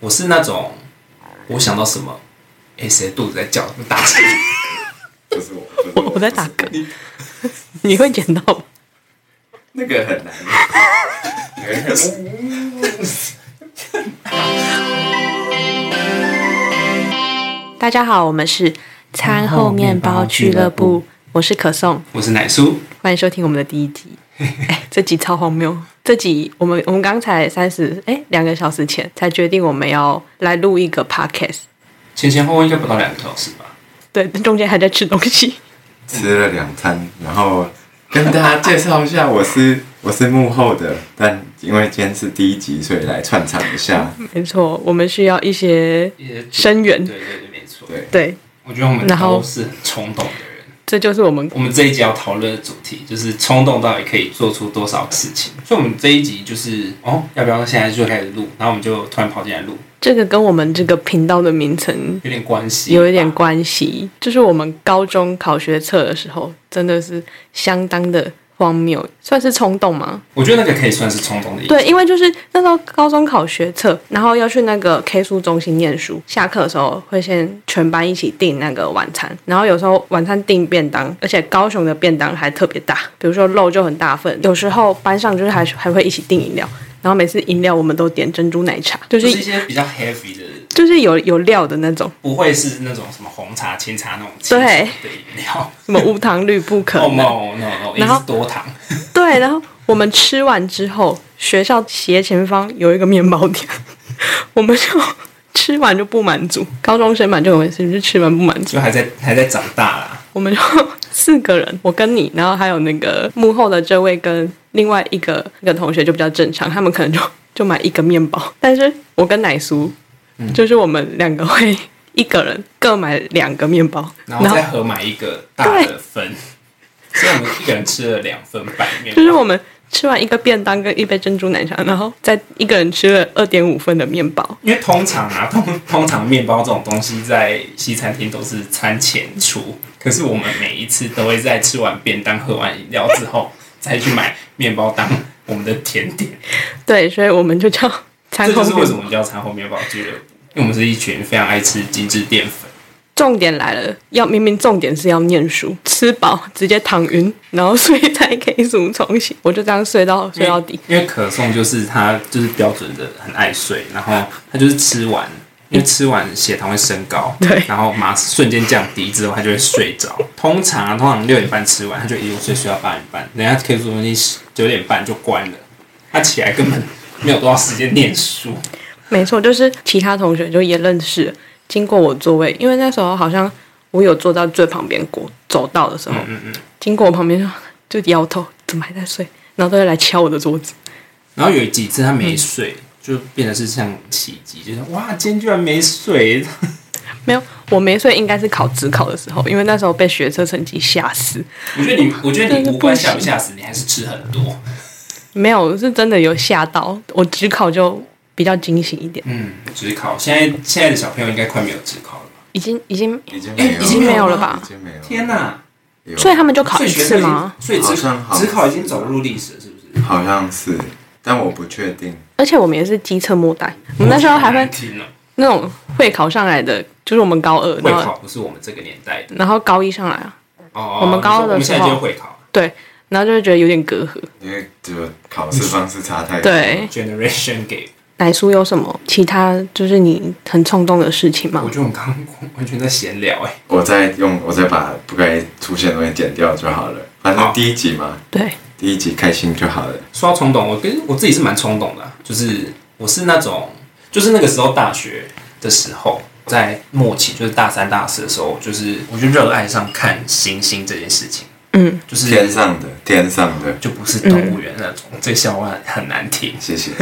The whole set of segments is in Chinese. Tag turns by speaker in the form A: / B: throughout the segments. A: 我是那种我想到什么，哎、谁肚子在叫，我打起来。
B: 不是我，不是我
C: 我在打
B: 不是
C: 嗝，你会捡到吗？
B: 那个很难，那个
C: 大家好，我们是餐后面包俱乐部，我是可颂，
A: 我是奶叔，
C: 欢迎收听我们的第一集。哎，这集超荒谬！这集我们我们刚才三十哎两个小时前才决定我们要来录一个 podcast，
A: 前前后后应该不到两个小时吧。
C: 对，中间还在吃东西。
B: 吃了两餐，然后跟大家介绍一下，我是我是幕后的，但因为今天是第一集，所以来串场一下。
C: 没错，我们需要一些声援
A: 对对对，没错。
B: 对
C: 对，
A: 我觉得我们
C: 然后
A: 都是很冲动的人。
C: 这就是我们
A: 我们这一集要讨论的主题就是冲动到底可以做出多少事情。所以，我们这一集就是哦，要不要现在就开始录？然后我们就突然跑进来录，
C: 这个跟我们这个频道的名称
A: 有点关系，
C: 有一点。关系，就是我们高中考学测的时候，真的是相当的荒谬，算是冲动吗？
A: 我觉得那个可以算是冲动的一。
C: 对，因为就是那时候高中考学测，然后要去那个 K 书中心念书，下课的时候会先全班一起订那个晚餐，然后有时候晚餐订便当，而且高雄的便当还特别大，比如说肉就很大份，有时候班上就是还
A: 嗯
C: 还会一起订饮料。然后每次饮料我们都点珍珠奶茶，就
A: 就是是一些比较 heavy 的，
C: 就是有有料的那种，
A: 不会是那种什么红茶、清茶那种清爽的饮料。
C: 什么无糖绿不可
A: 哦 no
C: 能。
A: no no，一定
C: 然后
A: 是多糖。
C: 对，然后我们吃完之后，学校斜前方有一个面包店， 我们就吃完就不满足，高中生嘛就我们是吃完不满足，
A: 就还在还在长大啦。
C: 我们就四个人，我跟你，然后还有那个幕后的这位跟另外一个一个同学就比较正常，他们可能就就买一个面包，但是我跟奶酥，就是我们两个会一个人各买两个面包，
A: 然后再合买一个大的分，所以我们一个人吃了两份白面包，
C: 就是我们吃完一个便当跟一杯珍珠奶茶，然后再一个人吃了二点五份的面包。
A: 因为通常啊， 通通常面包这种东西在西餐厅都是餐前出，可是我们每一次都会在吃完便当、喝完饮料之后，再去买面包当我们的甜点。
C: 对，所以我们就叫餐
A: 这
C: 后
A: 就是为
C: 面
A: 什
C: 包。
A: 么叫餐后面包俱乐部，因为我们是一群非常爱吃精致淀粉。
C: 重点来了，要明明重点是要念书，吃饱直接躺晕，然后睡在 K 组重醒，我就这样睡到睡到底。
A: 因为。因为可颂就是他就是标准的很爱睡，然后他就是吃完，因为吃完血糖会升高，
C: 对
A: 然后马上瞬间降低之后，他就会睡着。通常啊，通常六点半吃完，他就一路睡睡到八点半，人家可以说你九点半就关了，他起来根本没有多少时间念书。
C: 没错，就是其他同学就也认识了，经过我座位，因为那时候好像我有坐到最旁边过走道的时候，
A: 嗯嗯。
C: 经过我旁边就就摇头，怎么还在睡？然后都会来敲我的桌子。
A: 然后有几次他没睡，就变得是像奇迹，就是哇，今天居然没睡，
C: 没有，我没睡应该是考职考的时候，因为那时候被学车成绩吓死。
A: 我觉得你，我觉得
C: 但
A: 你
C: 是
A: 无关
C: 不行
A: 吓不吓死，你还是吃很多。
C: 没有，是真的有吓到。我职考就比较惊醒一点，
A: 嗯，职考现在现在的小朋友应该快没有职考了吧？
C: 已经已经，
B: 已经没有，
A: 已
C: 经没有了吧
B: 哎已经没有。
A: 天哪！
B: 有
C: 所以他们就考
A: 所
C: 一
A: 以学
C: 次
A: 测已经
C: 吗？？
A: 所以
B: 好
A: 职
B: 像好像
A: 职考已经走入历史了，是不是？
B: 好像是，但我不确定。
C: 而且我们也是机测末代，我们那时候还
A: 好难
C: 会
A: 听哦，
C: 那种会考上来的，就是我们高二，
A: 会
C: 然后
A: 考不是我们这个年代的
C: 然后高一上来啊，
A: 哦。
C: 我们高二的
A: 你说我们现在
C: 时
A: 就
C: 候
A: 会考
C: 对，然后就会觉得有点隔阂。
B: 因为这个考试方式差太多。，
C: 对，
A: generation gap。
C: 奶叔有什么其他就是你很冲动的事情吗
A: 我？觉得我们刚刚完全在闲聊
C: 嗯
A: 哎，
B: 我再用，我再把不该出现的东西剪掉就好了。反
A: 好
B: 正第一集嘛，
C: 对，
B: 第一集开心就好了。
A: 说到冲动，我跟我自己是蛮冲动的啊、就是我是那种，就是那个时候大学的时候，在末期就是大三大四的时候，就是我就热爱上看星星这件事情，
C: 嗯，
A: 就是
B: 天上的，天上的，
A: 就不是动物园那种，这个笑话很难听。
B: 谢谢。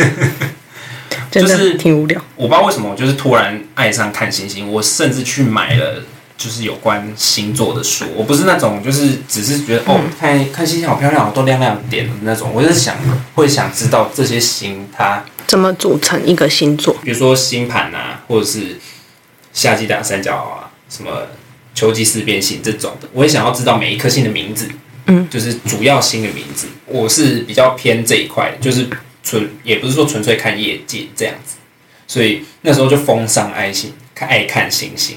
C: 真
A: 就是
C: 的挺无聊。
A: 我不知道为什么，我就是突然爱上看星星，我甚至去买了就是有关星座的书。我不是那种就是只是觉得哦，看看星星好漂亮，都亮亮点的那种，我就是想会想知道这些星它
C: 怎么组成一个星座？
A: 比如说星盘啊，或者是夏季大三角啊，什么秋季四边形这种的，我也想要知道每一颗星的名字，
C: 嗯，
A: 就是主要星的名字。我是比较偏这一块，就是纯也不是说纯粹看业界这样子，所以那时候就封上爱心，看爱看星星。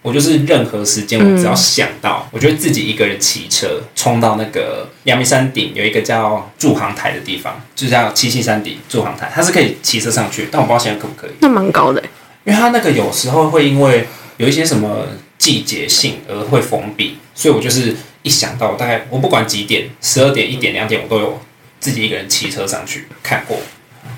A: 我就是任何时间，我只要想到，我就会自己一个人骑车冲到那个阳明山顶有一个叫驻航台的地方，就叫七星山顶驻航台，它是可以骑车上去，但我不知道现在可不可以。
C: 那蛮高的欸，
A: 因为它那个有时候会因为有一些什么季节性而会封闭，所以我就是一想到大概我不管几点，十二点、一点、两点，我都有自己一个人骑车上去看过。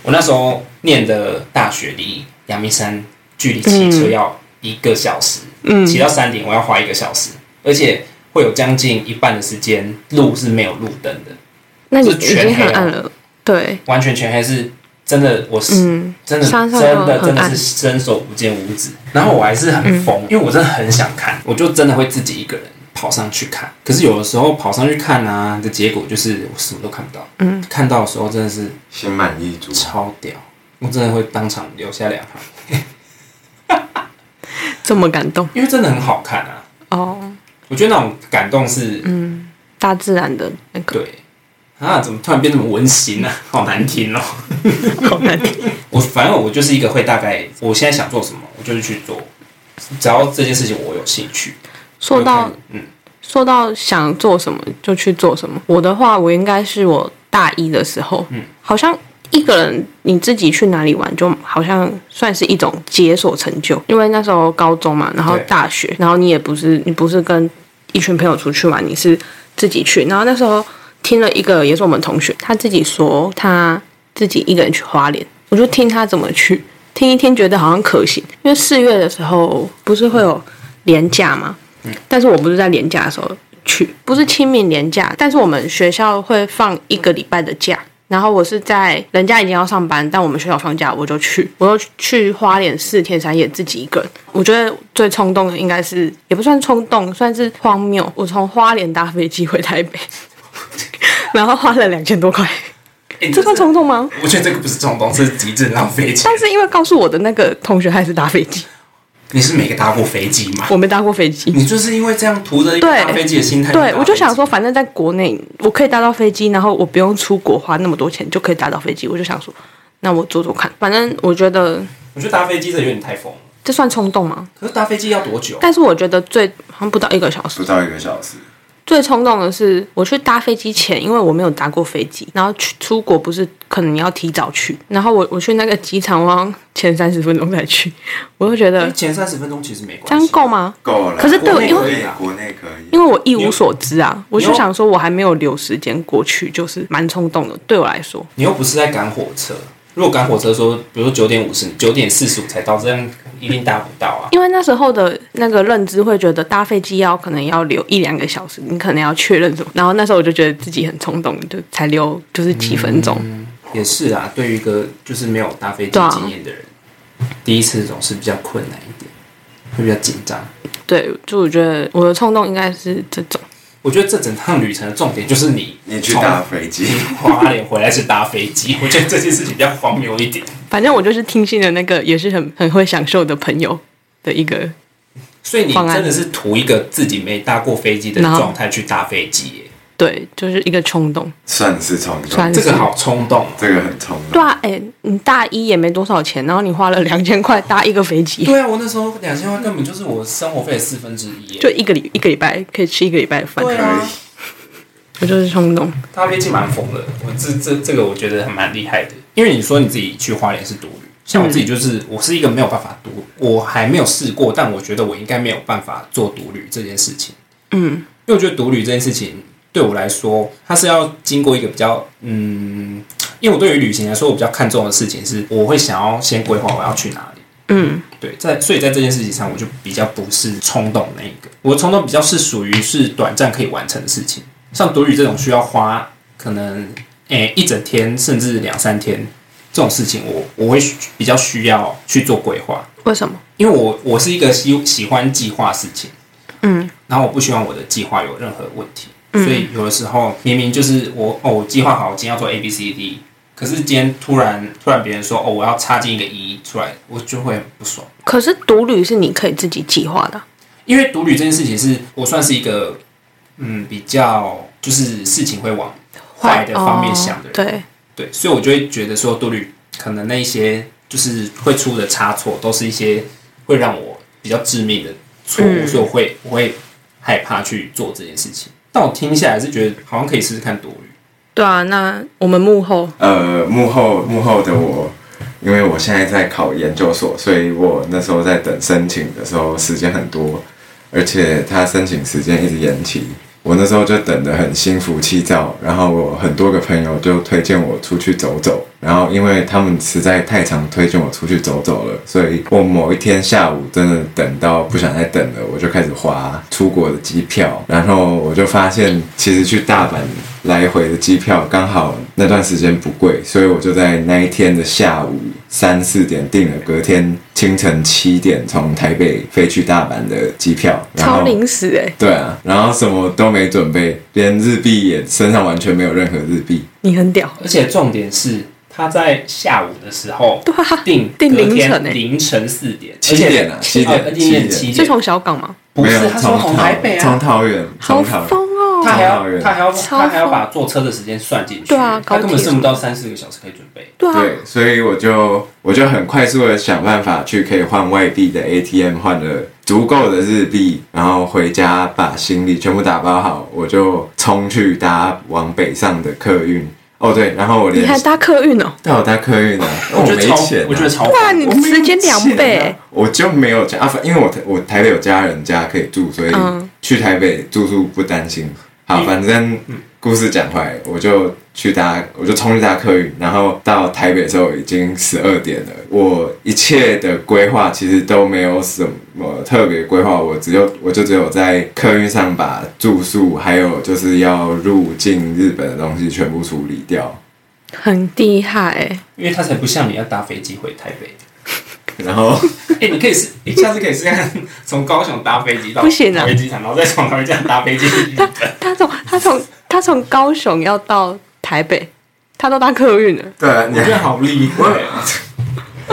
A: 我那时候念的大学离阳明山距离骑车要一个小时，
C: 嗯
A: 骑到山顶我要花一个小时，而且会有将近一半的时间路是没有路灯的，
C: 那你
A: 是
C: 已
A: 全
C: 经很
A: 黑啊
C: 暗了，对，
A: 完全全黑是真的，我是、
C: 嗯，
A: 真的
C: 山
A: 真
C: 上
A: 的
C: 都
A: 真
C: 很
A: 的
C: 暗
A: 是
C: 嗯
A: 伸手不见五指。然后我还是很疯，因为我真的很想看，我就真的会自己一个人跑上去看。可是有的时候跑上去看啊，的结果就是我什么都看不到。
C: 嗯，
A: 看到的时候真的是
B: 心满意足。
A: 超屌，我真的会当场流下两行，
C: 这么感动
A: 因为真的很好看啊。
C: 哦，
A: 我觉得那种感动是，
C: 嗯，大自然的那个
A: 对啊，怎么突然变这么温馨啊？ 好难听哦。
C: 好难听，
A: 我反正我就是一个会大概，我现在想做什么，我就是去做，只要这件事情我有兴趣。
C: 说
A: 我
C: 到
A: 就看嗯。
C: 说到想做什么就去做什么。我的话，我应该是我大一的时候，嗯，好像一个人你自己去哪里玩，就好像算是一种解锁成就。因为那时候高中嘛，然后
A: 对
C: 大学，然后你也不是你不是跟一群朋友出去玩，你是自己去。然后那时候听了一个也是我们同学，他自己说他自己一个人去花莲，我就听他怎么去，听一听觉得好像可行，因为四月的时候不是会有廉假吗？但是我不是在年假的时候去，不是清明年假，但是我们学校会放一个礼拜的假。然后我是在人家已经要上班，但我们学校放假，我就去，我就去花莲四天三夜自己一个人。我觉得最冲动的应该是，也不算冲动，算是荒谬。我从花莲搭飞机回台北， 然后花了两千多块，
A: 欸
C: 这算冲动吗？
A: 我觉得这个不是冲动，这是极致浪费钱
C: 但。是因为告诉我的那个同学他也是搭飞机，
A: 你是没搭过飞机吗？
C: 我没搭过飞机，
A: 你就是因为这样图着一个
C: 对
A: 搭飞机的心态，
C: 对，我就想，说，反正在国内我可以搭到飞机，然后我不用出国花那么多钱就可以搭到飞机，我就想说，那我做做看。反正我觉得
A: 我觉得搭飞机这有点太疯了。
C: 这算冲动吗？
A: 可是搭飞机要多久？啊
C: 但是我觉得最好像不到一个小时
B: 不，到一个小时，
C: 最冲动的是我去搭飞机前，因为我没有搭过飞机，然后去出国不是可能要提早去，然后我我去那个机场，我好像前三十分钟才去，我就觉得
A: 因为前三十分钟其实没
C: 这
A: 关
C: 样
A: 系，
C: 够吗？
B: 够了。
C: 可是对
B: 国内
C: 因
A: 为
B: 可以国内可以，
C: 因为我一无所知啊，我
A: 你
C: 就
A: 有
C: 想说，我还没有留时间过去，就是蛮冲动的，对我来说。
A: 你又不是在赶火车。如果赶火车说，比如说九点五十，九点四十五才到，这样一定搭不到啊。
C: 因为那时候的那个认知会觉得搭飞机要可能要留一两个小时，你可能要确认什么。然后那时候我就觉得自己很冲动，就才留就是几分钟。
A: 也是啊，对于一个就是没有搭飞机
C: 对啊
A: 经验的人，第一次总是比较困难一点，会比较紧张。
C: 对，就我觉得我的冲动应该是这种。
A: 我觉得这整趟旅程的重点就是你，
B: 你去搭飞机，
A: 花莲回来是搭飞机， 我觉得这件事情比较荒谬一点。
C: 反正我就是听信了那个也是很很会享受的朋友的一个，
A: 所以你
C: 方案
A: 真的是图一个自己没搭过飞机的
C: 然后
A: 状态去搭飞机耶，
C: 对，就是一个冲动。
B: 算是冲
C: 算
B: 动，
A: 这个好冲动哦。
B: 这个很冲动。
C: 对啊，哎、你大一也没多少钱，然后你花了两千块搭一个飞机，
A: 对啊，我那时候两千块根本就是我生活费的四分之一耶。
C: 就一个礼一个礼拜可以吃一个礼拜的饭，
A: 对啊，
C: 我就是冲动。
A: 搭飞机蛮疯的，我这这这个我觉得还蛮厉害的。嗯因为你说你自己去花莲是独旅，像我自己就是、我是一个没有办法独，我还没有试过，但我觉得我应该没有办法做独旅这件事情。
C: 嗯，
A: 因为我觉得独旅这件事情对我来说，它是要经过一个比较嗯，因为我对于旅行来说，我比较看重的事情是，我会想要先规划我要去哪里。
C: 嗯，
A: 对，在所以在这件事情上，我就比较不是冲动那一个，我的冲动比较是属于是短暂可以完成的事情，像独旅这种需要花可能诶、一整天甚至两三天这种事情我，我会比较需要去做规划，
C: 为什么？
A: 因为我我是一个喜喜欢计划事情，
C: 嗯，
A: 然后我不希望我的计划有任何问题，所以有的时候明明就是我哦，我计划好我今天要做 A B C D，可是今天突然突然别人说哦，我要插进一个一、出来，我就会很不爽。
C: 可是独旅是你可以自己计划的啊，
A: 因为独旅这件事情是我算是一个嗯比较就是事情会往坏的方面想的人，哦
C: 哦对，
A: 对，所以我就会觉得说独旅可能那一些就是会出的差错，都是一些会让我比较致命的错误，
C: 嗯
A: 所以我会我会害怕去做这件事情。但我听下来是觉得好像可以试试看多语，
C: 对啊，那我们幕后
B: 呃，幕后幕后的我，因为我现在在考研究所，所以我那时候在等申请的时候时间很多，而且他申请时间一直延期，我那时候就等得很心浮气躁。然后我很多个朋友就推荐我出去走走，然后因为他们实在太常推荐我出去走走了，所以我某一天下午真的等到不想再等了，我就开始划出国的机票，然后我就发现其实去大阪来回的机票刚好那段时间不贵，所以我就在那一天的下午三四点订了隔天清晨七点从台北飞去大阪的机票，然后
C: 超临时哎、
B: 对啊，然后什么都没准备，连日币也身上完全没有任何日币。
C: 你很屌，
A: 而且重点是他在下午的时 候啊定
C: 定
A: 隔
C: 凌
A: 天
C: 晨欸
A: 凌晨四点，
B: 七点啊
A: 而且
B: 七点
A: 哦今天
B: 七点
A: 七
C: 是
A: 点，
C: 从小港吗？
A: 不
B: 没
A: 是
B: 有
A: 他说从
B: 桃
A: 台北
B: 从
A: 啊，
B: 桃园，
C: 好
B: 从桃园。
C: 疯哦！
A: 他还
B: 桃
A: 要
B: 园
A: 他还要
C: 超
A: 他还要
C: 疯
A: 把坐车的时间算进去，
C: 对啊
A: 他根
C: 高
A: 本
C: 铁
A: 剩不到三四个小时可以准备。
C: 对啊，
B: 对，所以我就我就很快速的想办法去可以换外币的 ATM，换了足够的日币，然后回家把行李全部打包好，我就冲去搭往北上的客运。哦对，然后我
C: 你
B: 连
C: 还搭客运哦？
B: 带我搭客运呢、
A: 我觉得
B: 没
A: 超
B: 钱、啊，，
A: 我觉得超
C: 对啊，
A: 疯
C: 你
B: 我没有
C: 时间两倍、
B: 钱啊我就没有家，啊反因为我台我台北有家人家可以住，所以
C: 嗯
B: 去台北住宿不担心。好，
A: 嗯
B: 反正故事讲回来，我就去搭，我就冲去搭客运，然后到台北之后已经十二点了。我一切的规划其实都没有什么特别规划，我只有我就只有在客运上把住宿还有就是要入境日本的东西全部处理掉。
C: 很厉害、欸。
A: 因为他才不像你要搭飞机回台北。
B: 然后
A: 哎、你可以试，你下次可以试看从高雄搭飞机到
C: 不行啊
A: 桃园机场，然后再从桃园机场搭飞机去日
C: 他
A: 本。
C: 他从他从他从高雄要到台北，他都搭客运了。
B: 对啊，你
A: 我觉得好厉害啊！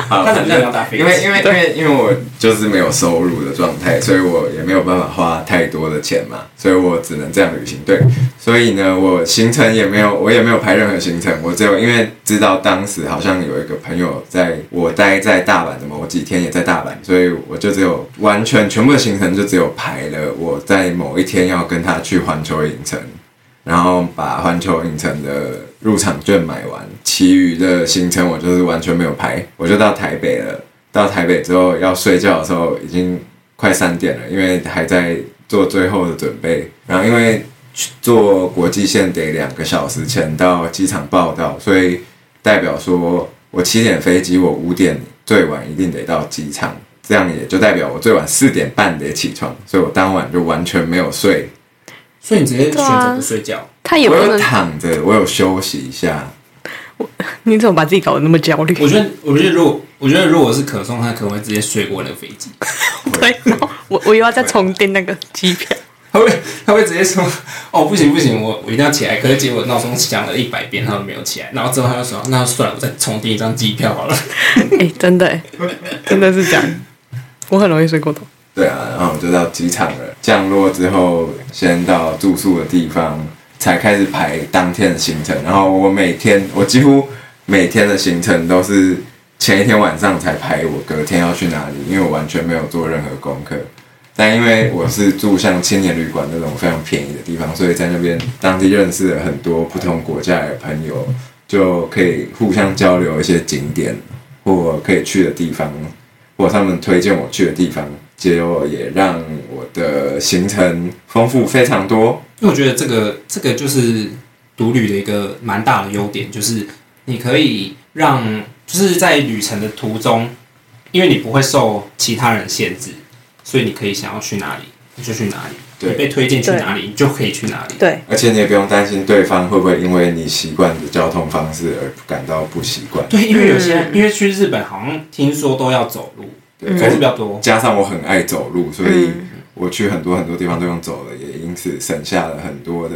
B: 好
A: 他很像要搭飞机
B: 因为因为因为因为我就是没有收入的状态，所以我也没有办法花太多的钱嘛，所以我只能这样旅行。对，所以呢，我行程也没有，我也没有排任何行程，我只有因为知道当时好像有一个朋友在我待在大阪的某几天也在大阪，所以我就只有完全全部的行程就只有排了我在某一天要跟他去环球影城。然后把环球影城的入场券买完，其余的行程我就是完全没有排，我就到台北了。到台北之后要睡觉的时候已经快三点了，因为还在做最后的准备。然后因为去坐国际线得两个小时前到机场报到，所以代表说我七点飞机，我五点最晚一定得到机场，这样也就代表我最晚四点半得起床，所以我当晚就完全没有睡，
A: 所以你直接选
C: 对啊
A: 择不睡觉，
C: 他也不
B: 我有
C: 能，
B: 躺着，我有休息一下。
C: 你怎么把自己搞得那么焦虑？
A: 我觉得，我觉得如果我觉得如果是可颂，他可能会直接睡过那个飞机。
C: 对，然后我我又要再重订那个机 票，
A: 他会他会直接说：“哦，不行不行，我我一定要起来。”可是结果闹钟响了一百遍，他都没有起来。然后之后他就说：“那算了，我再重订一张机票好了。
C: 哎、真的、欸，真的是这样。我很容易睡过头，
B: 对啊，然后我就到机场了。降落之后，先到住宿的地方，才开始排当天的行程。然后我每天，我几乎每天的行程都是前一天晚上才排我隔天要去哪里，因为我完全没有做任何功课。但因为我是住像青年旅馆那种非常便宜的地方，所以在那边当地认识了很多不同国家的朋友，就可以互相交流一些景点或可以去的地方，或他们推荐我去的地方，结果也让我的行程丰富非常多。”
A: 因为我觉得这个这个就是独旅的一个蛮大的优点，就是你可以让就是在旅程的途中，因为你不会受其他人限制，所以你可以想要去哪里你就去哪里，
B: 对
A: 你被推荐去哪里你就可以去哪里。
C: 对，
B: 而且你也不用担心对方会不会因为你习惯的交通方式而感到不习惯。
A: 对，因为有些、因为去日本好像听说都要走路，
B: 对
A: 走路比较嗯多。
B: 加上我很爱走路，所以我去很多很多地方都用走的，也因此省下了很多的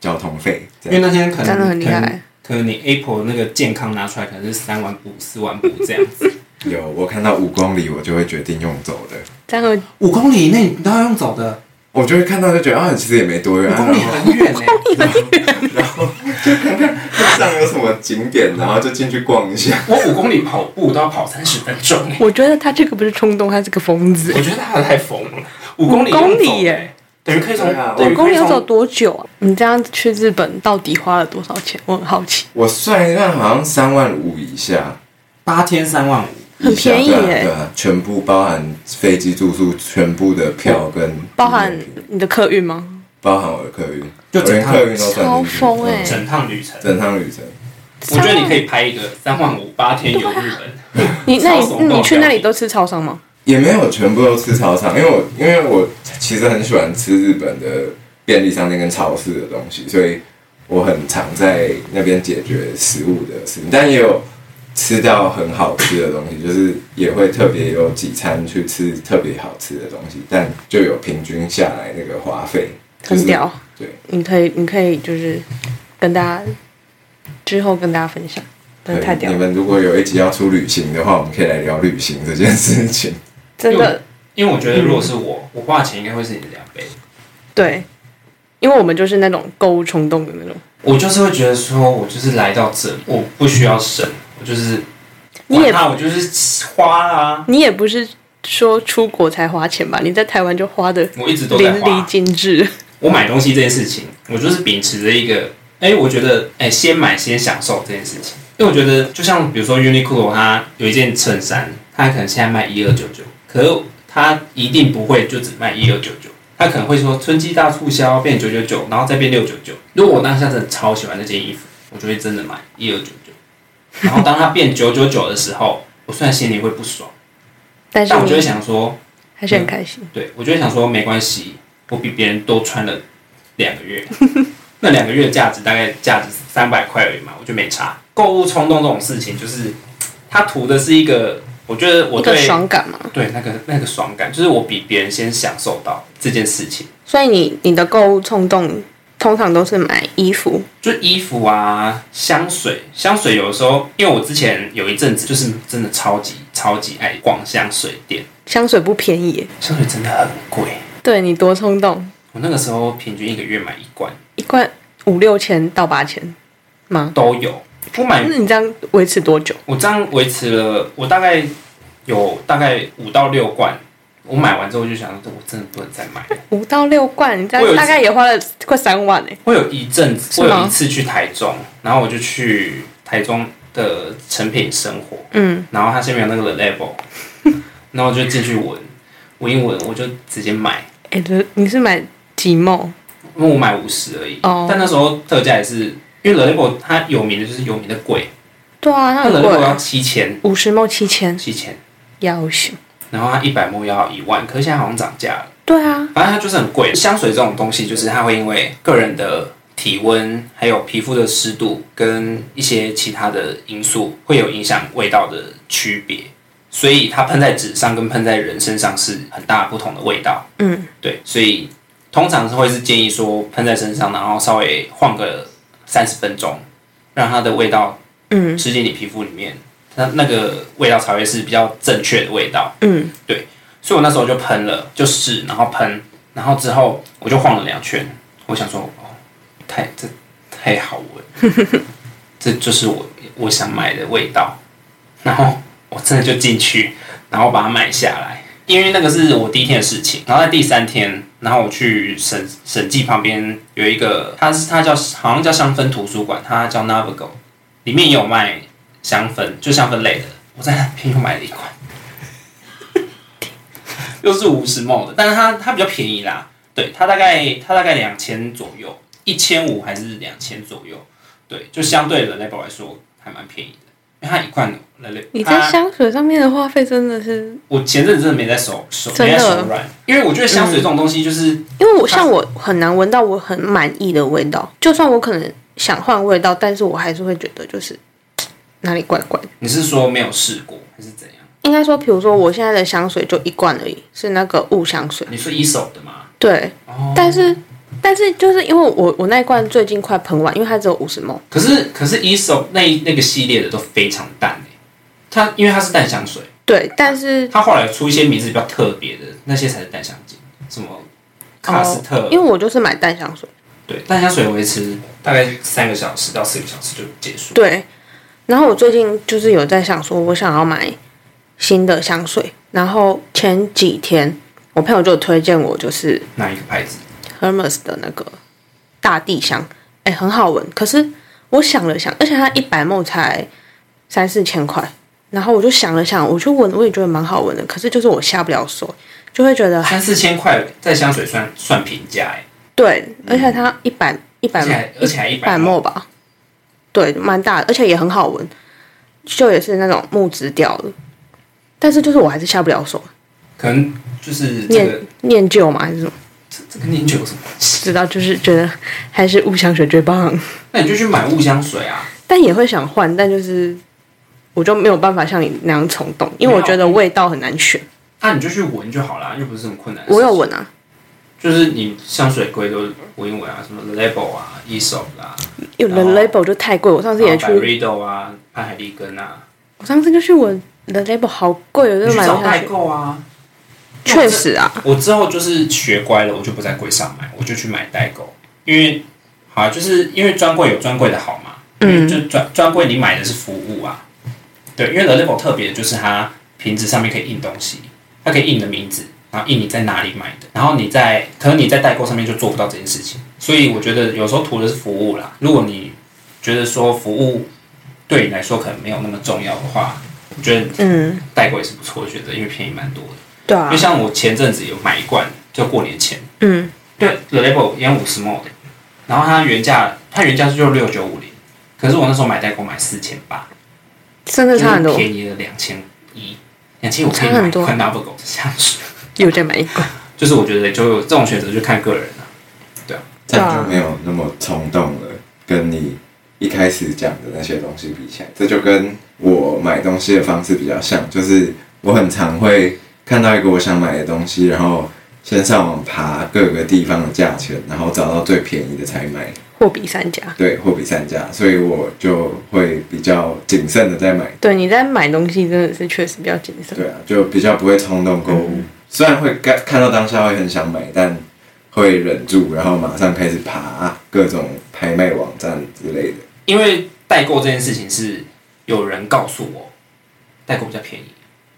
B: 交通费。这
A: 因为
B: 样
A: 那天可能
C: 真的很厉
A: 可
C: 害
A: 能。可能你 Apple 那个健康拿出来可能是三万步、四万步这样子，
B: 有我看到五公里，我就会决定用走的。
C: 这样会
A: 五公里以内你都要用走的，
B: 我就会看到就觉得啊，其实也没多远
A: 五
B: 啊，
A: 公里
B: 然后
A: 很远呢、
B: 上有什么景点，然后就进去逛一下。
A: 我五公里跑步都要跑三十分钟欸，
C: 我觉得他这个不是冲动，他是个疯子
A: 我。觉得他太疯了，五公里
C: 五公里
A: 用走
C: 耶，
A: 等于可以从
B: 对啊
A: 等于
C: 五公里要
A: 可以
C: 走
A: 从
C: 多久啊？你这样去日本到底花了多少钱？我很好奇。
B: 我算一算，好像三万五以下，
A: 八天三万五。
C: 很
B: 以下
C: 便宜
B: 对啊
C: 耶
B: 对啊，全部包含飞机住宿，全部的票跟
C: 包含你的客运吗？
B: 包含我的客运，
A: 就
B: 我连
A: 整趟
B: 客运都算进去，
C: 超疯耶
B: 嗯
A: 整趟旅程，
B: 整趟旅程。
A: 我觉得你可以拍一个三万五八天游日本，
C: 你那
A: 超
C: 你
A: 怂
C: 你去那里都吃超商吗？
B: 也没有全部都吃超商，因为我因为我其实很喜欢吃日本的便利商店跟超市的东西，所以我很常在那边解决食物的事情，但也有吃到很好吃的东西，就是也会特别有几餐去吃特别好吃的东西，但就有平均下来那个花费，就是
C: 很屌。
B: 对，
C: 你可以，你可以就是跟大家之后跟大家分享，真的太屌
B: 你
C: 了，
B: 们如果有一集要出旅行的话，我们可以来聊旅行这件事情。
C: 真
A: 因为
C: 的
A: 因为我觉得如果是我，我花的钱应该会是你的两倍。
C: 对，因为我们就是那种购物冲动的那种。
A: 我就是会觉得说，我就是来到这里，我不需要省，我就是
C: 你也
A: 那我就是花啊，
C: 你也不是说出国才花钱吧？你在台湾就花的
A: 我一直都
C: 淋
A: 在
C: 漓
A: 花。
C: 尽致，
A: 我买东西这件事情，我就是秉持着一个，哎、我觉得，哎、先买先享受这件事情。因为我觉得，就像比如说 Uniqlo，它有一件衬衫，它可能现在卖一二九九，可是它一定不会就只卖一二九九，它可能会说春季大促销变九九九，然后再变六九九。如果我当下真的超喜欢那件衣服，我就会真的买一二九九。然后当它变九九九的时候，我虽然心里会不爽，
C: 但是
A: 但我就会
C: 你
A: 想嗯说，
C: 还是很开心。
A: 对，我就会想说没关系，我比别人多穿了两个月， 那两个月价值大概价值三百块而已嘛，我就没差。购物冲动这种事情，就是它图的是一个，我觉得我
C: 一个
A: 对
C: 爽感嘛，
A: 对那个那个爽感，就是我比别人先享受到这件事情，
C: 所以你你的购物冲动通常都是买衣服，
A: 就衣服啊、香水，香水有的时候，因为我之前有一阵子就是真的超级超级爱逛香水店，
C: 香水不便宜耶。
A: 香水真的很贵，
C: 对你多冲动，
A: 我那个时候平均一个月买一罐
C: 一罐五六千到八千吗？
A: 都有，不买
C: 那你这样维持多久？
A: 我这样维持了，我大概有大概五到六罐。我买完之后就想，我真的不能再买 了。
C: 五到六罐，你这
A: 我有
C: 样
A: 一次
C: 大概也花了快三万哎。
A: 我有一阵子，
C: 是
A: 我
C: 吗
A: 有一次去台中，然后我就去台中的成品生活，
C: 嗯，
A: 然后它下面有那个 The Level，然后我 就进去闻，闻一闻，我就直接买，
C: 哎、这你是买几毛？
A: 因为我买五十而已。
C: 哦
A: 但那时候特价也是，因为 The Level 它有名的就是有名的贵，
C: 对啊，那
A: 它 The
C: 很
A: Level
C: 贵
A: 要
C: 啊，
A: 七千，
C: 五十毛七千，
A: 七千，
C: 要求。
A: 然后它一百目要一万，可是现在好像涨价了。
C: 对啊，
A: 反正它就是很贵。香水这种东西，就是它会因为个人的体温、还有皮肤的湿度跟一些其他的因素，会有影响味道的区别。所以它喷在纸上跟喷在人身上是很大不同的味道。
C: 嗯，
A: 对，所以通常是会是建议说喷在身上，然后稍微晃个三十分钟，让它的味道
C: 嗯
A: 吃进你皮肤里面，那那个味道才会是比较正确的味道。
C: 嗯，
A: 所以我那时候就喷了，就试，然后喷，然后之后我就晃了两圈，我想说，哦，太这太好闻，这就是我我想买的味道。然后我真的就进去，然后把它买下来，因为那个是我第一天的事情。然后在第三天，然后我去审审计旁边有一个，它是它叫好像叫香氛图书馆，它叫 Navigo，里面也有卖香氛，就香氛类的。我在那边又买了一罐。又是五十梦的，但是它它比较便宜啦，对，它大概它大概两千左右，一千五还是两千左右，对，就相对的 level 来说还蛮便宜的，因为它一罐
C: 你在
A: 它
C: 香水上面的花费真的是，
A: 我前阵子真的没在手手
C: 真
A: 没
C: 的嗯
A: 在手软，因为我觉得香水这种东西就是、
C: 因为我像我很难闻到我很满意的味道，就算我可能想换味道，但是我还是会觉得就是嘖哪里怪怪的。
A: 你是说没有试过还是怎样？
C: 应该说，比如说我现在的香水就一罐而已，是那个雾香水，
A: 你说一手的吗？
C: 对，
A: 哦，
C: 但是。但是就是因为我我那一罐最近快喷完，因为它只有五十毛，
A: 可是可是一手那那个系列的都非常淡诶、它因为它是淡香水，
C: 对，但是
A: 它后来出一些名字比较特别的那些才是淡香精，什么卡斯特。
C: 哦因为我就是买淡香水，
A: 对，淡香水维持大概三个小时到四个小时就结束。
C: 对，然后我最近就是有在想说，我想要买新的香水。然后前几天我朋友就推荐我，就是
A: 哪一个牌子？
C: Hermes 的那个大地香，哎、很好闻。可是我想了想，而且它一百梦才三四千块，然后我就想了想，我就闻，我也觉得蛮好闻的。可是就是我下不了手，就会觉得
A: 三四千块在香水算算平价哎、
C: 嗯对，而且它一百一百
A: 而且还而且还一百
C: 百
A: 毛
C: 墨吧，对，蛮大的，而且也很好闻，就也是那种木质调的。但是就是我还是下不了手，
A: 可能就是这
C: 念
A: 个
C: 念旧嘛还是什么，
A: 这跟年酒有什么关系？
C: 知道就是觉得还是雾香水最棒。
A: 那你就去买雾香水啊，
C: 但也会想换，但就是我就没有办法像你那样冲动，因为我觉得味道很难选。
A: 那你就去闻就好啦，又不是什么困难的事
C: 我
A: 情。
C: 有闻啊，
A: 就是你香水柜都闻一闻啊，什么 Label 啊、Esop 啦、
C: 有
A: 然
C: The
A: 后
C: Label 就太贵，我上次也
A: 然后
C: 去，
A: Byredo 啊、潘海利根啊，
C: 我上次就去闻 The Label 好贵，我
A: 你
C: 就
A: 去
C: 买
A: 找
C: 不下
A: 代
C: 去。
A: 购啊。
C: 确实啊，
A: 我之后就是学乖了，我就不在柜上买，我就去买代购，因为好啊就是因为专柜有专柜的好嘛，嗯，就专专柜你买的是服务啊，对，因为 The Label 特别的就是它瓶子上面可以印东西，它可以印你的名字，然后印你在哪里买的，然后你在可能你在代购上面就做不到这件事情，所以我觉得有时候图的是服务啦，如果你觉得说服务对你来说可能没有那么重要的话，我觉得
C: 嗯，
A: 代购也是不错的选择，因为便宜蛮多的。
C: 对
A: 因
C: 啊
A: 为，像我前阵子有买一罐，就过年前，
C: 嗯，
A: 对，The Label 烟五十 ml 的，然后它原价它原价是就六九五零，可是我那时候买代购买四千八，
C: 真的
A: 就
C: 差很
A: 是
C: 多，
A: 便宜了两千一，两千五可以
C: 差
A: 买
C: 很
A: 一
C: 多
A: 罐 Double 狗的香水，
C: 又再买一罐。
A: 就是我觉得就有这种选择就看个人了、
B: 这样就没有那么冲动了。跟你一开始讲的那些东西比起来，这就跟我买东西的方式比较像，就是我很常会看到一个我想买的东西，然后先上网爬各个地方的价钱，然后找到最便宜的才买。
C: 货比三家。
B: 对，货比三家，所以我就会比较谨慎的在买。
C: 对，你在买东西真的是确实比较谨慎。
B: 对啊，就比较不会冲动购物。
C: 嗯
B: 虽然会看看到当下会很想买，但会忍住，然后马上开始爬各种拍卖网站之类的。
A: 因为代购这件事情是有人告诉我代购比较便宜，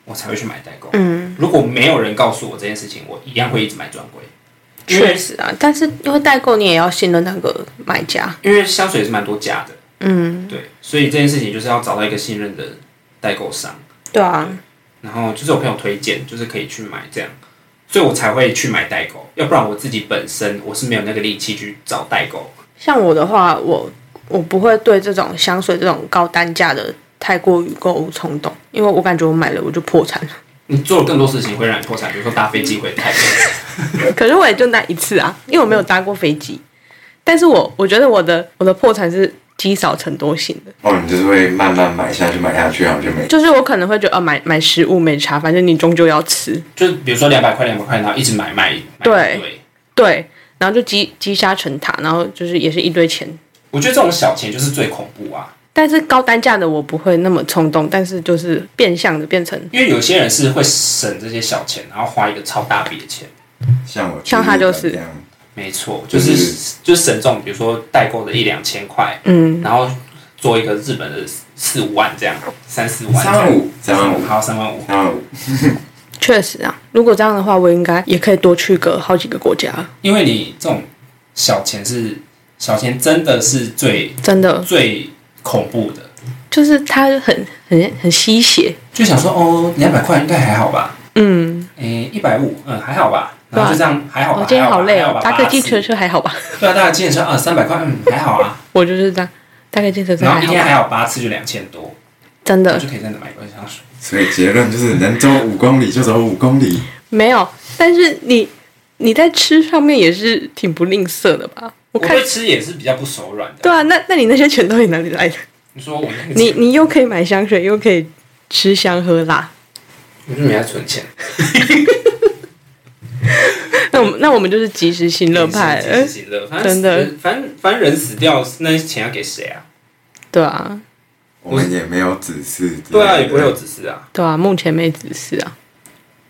A: 我才会去买代购。
C: 嗯，
A: 如果没有人告诉我这件事情，我一样会一直买专柜，因为
C: 确实啊，但是因为代购你也要信任那个买家。
A: 因为香水也是蛮多假的。
C: 嗯，
A: 对，所以这件事情就是要找到一个信任的代购商，
C: 对啊，
A: 然后就是我朋友推荐，就是可以去买这样，所以我才会去买代购，要不然我自己本身我是没有那个力气去找代购。
C: 像我的话，我我不会对这种香水这种高单价的太过于购物冲动，因为我感觉我买了我就破产了。
A: 你做了更多事情会让你破产，比如说搭飞机回台北，
C: 可是我也就那一次啊，因为我没有搭过飞机。但是我我觉得我的我的破产是积少成多型的，
B: 哦，你就是会慢慢买下去，买下去，然后就没。
C: 就是我可能会觉得啊买买食物没差，反正你终究要吃，
A: 就是比如说两百块两百块，然后一直买买买一
C: 对
A: 堆。
C: 对，然后就积积沙成塔，然后就是也是一堆钱。
A: 我觉得这种小钱就是最恐怖啊，
C: 但是高单价的我不会那么冲动，但是就是变相的变成
A: 因为有些人是会省这些小钱，然后花一个超大笔的钱。
B: 像我去
C: 像他
B: 日本
C: 就是
B: 这样，
A: 没错，就是就是省这种，比如说代购的一两千块，嗯，然后做一个日本的四五万这样，三四万这样，
B: 三万五
A: 三万
B: 三万
A: 五，
B: 五
A: 好，三万五。
B: 然后
C: 确实啊，如果这样的话，我应该也可以多去个好几个国家，
A: 因为你这种小钱是小钱，真的是最
C: 真的。
A: 最恐怖的，
C: 就是它很很很吸血，
A: 就想说哦，两百块应该还好吧，
C: 嗯，
A: 诶，一百五，嗯，还好吧，
C: 对啊
A: 然后就这样还好
C: 我、
A: 吧，
C: 今天
A: 还
C: 好
A: 吧
C: 累
A: 还好
C: 哦
A: 吧，
C: 搭个
A: 八
C: 计
A: 十
C: 程车还好吧？
A: 对啊，搭个计程车啊，三百块，嗯，还好 啊，
C: 我就是这样，搭个计程车
A: 然后
C: 还
A: 一
C: 好
A: 天
C: 吧？嗯
A: 还有八次就两千多，
C: 真的
A: 就可以再买一罐香水。
B: 所以结论就是能走五公里就走五公里。
C: 没有，但是你你在吃上面也是挺不吝啬的吧？
A: 我
C: 我看
A: 对吃也是比较不手软的，
C: 对啊，那那你那些钱到底哪里来 的？
A: 你说我那个
C: 你你又可以买香水，又可以吃香喝辣，
A: 我就没在存钱，
C: 那我们那我们就是及时行乐派，
A: 自己
C: 呃
A: 自己乐，反正
C: 真的
A: 死，反正反正人死掉，那些钱要给谁啊？
C: 对啊
B: 我们也没有指示之类的，
A: 对啊，也不会有指示啊。
C: 对啊，目前没指示啊，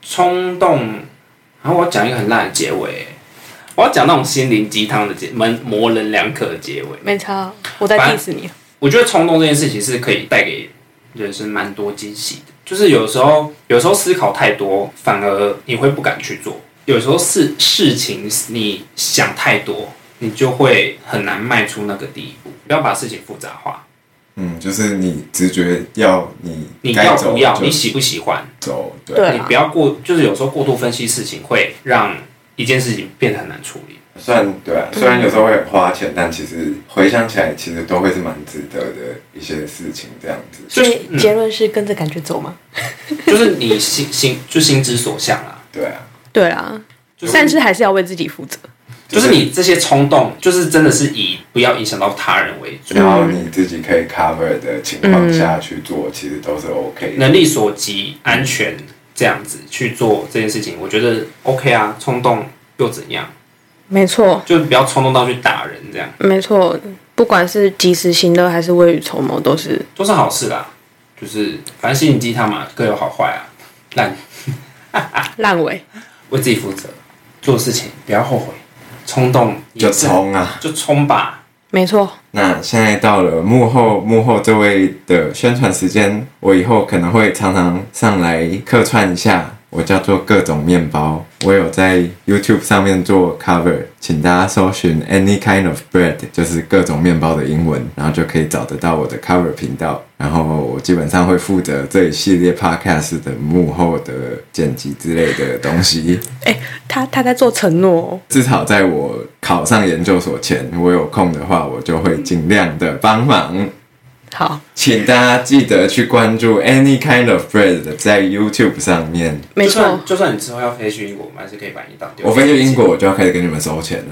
A: 冲动，然后我要讲一个很烂的结尾欸，我要讲那种心灵鸡汤的结，门模棱两可的结尾。
C: 没差，我在
A: 反
C: diss 你，
A: 我觉得冲动这件事情是可以带给人生蛮多惊喜的。就是有时候，有时候思考太多，反而你会不敢去做。有时候事事情你想太多，你就会很难迈出那个第一步。不要把事情复杂化，
B: 嗯，就是你直觉要你
A: 你
B: 该
A: 要
B: 走
A: 不要，
B: 就
A: 你喜不喜欢，
B: 走，对，
C: 对
A: 你
C: 啊
A: 不要过，就是有时候过度分析事情会让一件事情变得很难处理。
B: 虽然对啊，虽然有时候会很花钱，但其实回想起来，其实都会是蛮值得的一些事情，这样子。
A: 就
C: 所
A: 是、
C: 以
A: 嗯、
C: 结论是跟着感觉走嘛。
A: 就是你心心 就心之所向啦，
B: 对啊，
C: 对啊，
A: 就是
C: 但是还是要为自己负责。
A: 就是你这些冲动，就是真的是以不要影响到他人为主，
B: 然后你自己可以 cover 的情况
C: 嗯
B: 下去做，其实都是 OK 的。
A: 能力所及、安全这样子去做这件事情，我觉得 OK 啊。冲动又怎样？
C: 没错，
A: 就是不要冲动到去打人，这样
C: 没错，不管是及时行乐还是未雨绸缪，都是
A: 都是好事啦。就是反正心灵鸡汤嘛，各有好坏啊。烂
C: 烂尾。
A: 为自己负责，做事情不要后悔，冲动也
B: 就是冲啊！
A: 就冲吧。
C: 没错，
B: 那现在到了幕后幕后这位的宣传时间，我以后可能会常常上来客串一下。我叫做各种面包，我有在 YouTube 上面做 cover，请大家搜寻 Any Kind of Bread，就是各种面包的英文，然后就可以找得到我的 cover 频道。然后我基本上会负责这一系列 podcast 的幕后的剪辑之类的东西。
C: 哎，他他在做承诺哦、
B: 至少在我考上研究所前，我有空的话，我就会尽量的帮忙。
C: 好，
B: 请大家记得去关注 Any Kind of Bread 在 YouTube 上面。
C: 没
A: 就算
C: 错，
A: 就算你之后要飞去英国，我们还是可以把你当丢。
B: 我飞去英国，我就要开始给你们收钱了。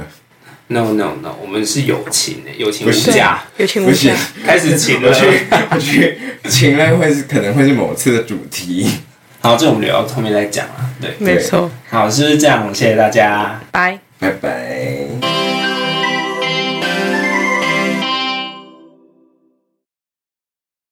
A: No No No，我们是友情的、友情无
B: 不是
A: 价，
C: 有请
B: 不
C: 无
B: 行
C: 下。，
A: 开始请
B: 我
A: 了。
B: 去，我去，情爱会是可能会是某次的主题。
A: 好，这我们留到后面再讲啊。对，
C: 没错，
A: 好，是不是这样？谢谢大家。
C: 拜。
B: 拜拜。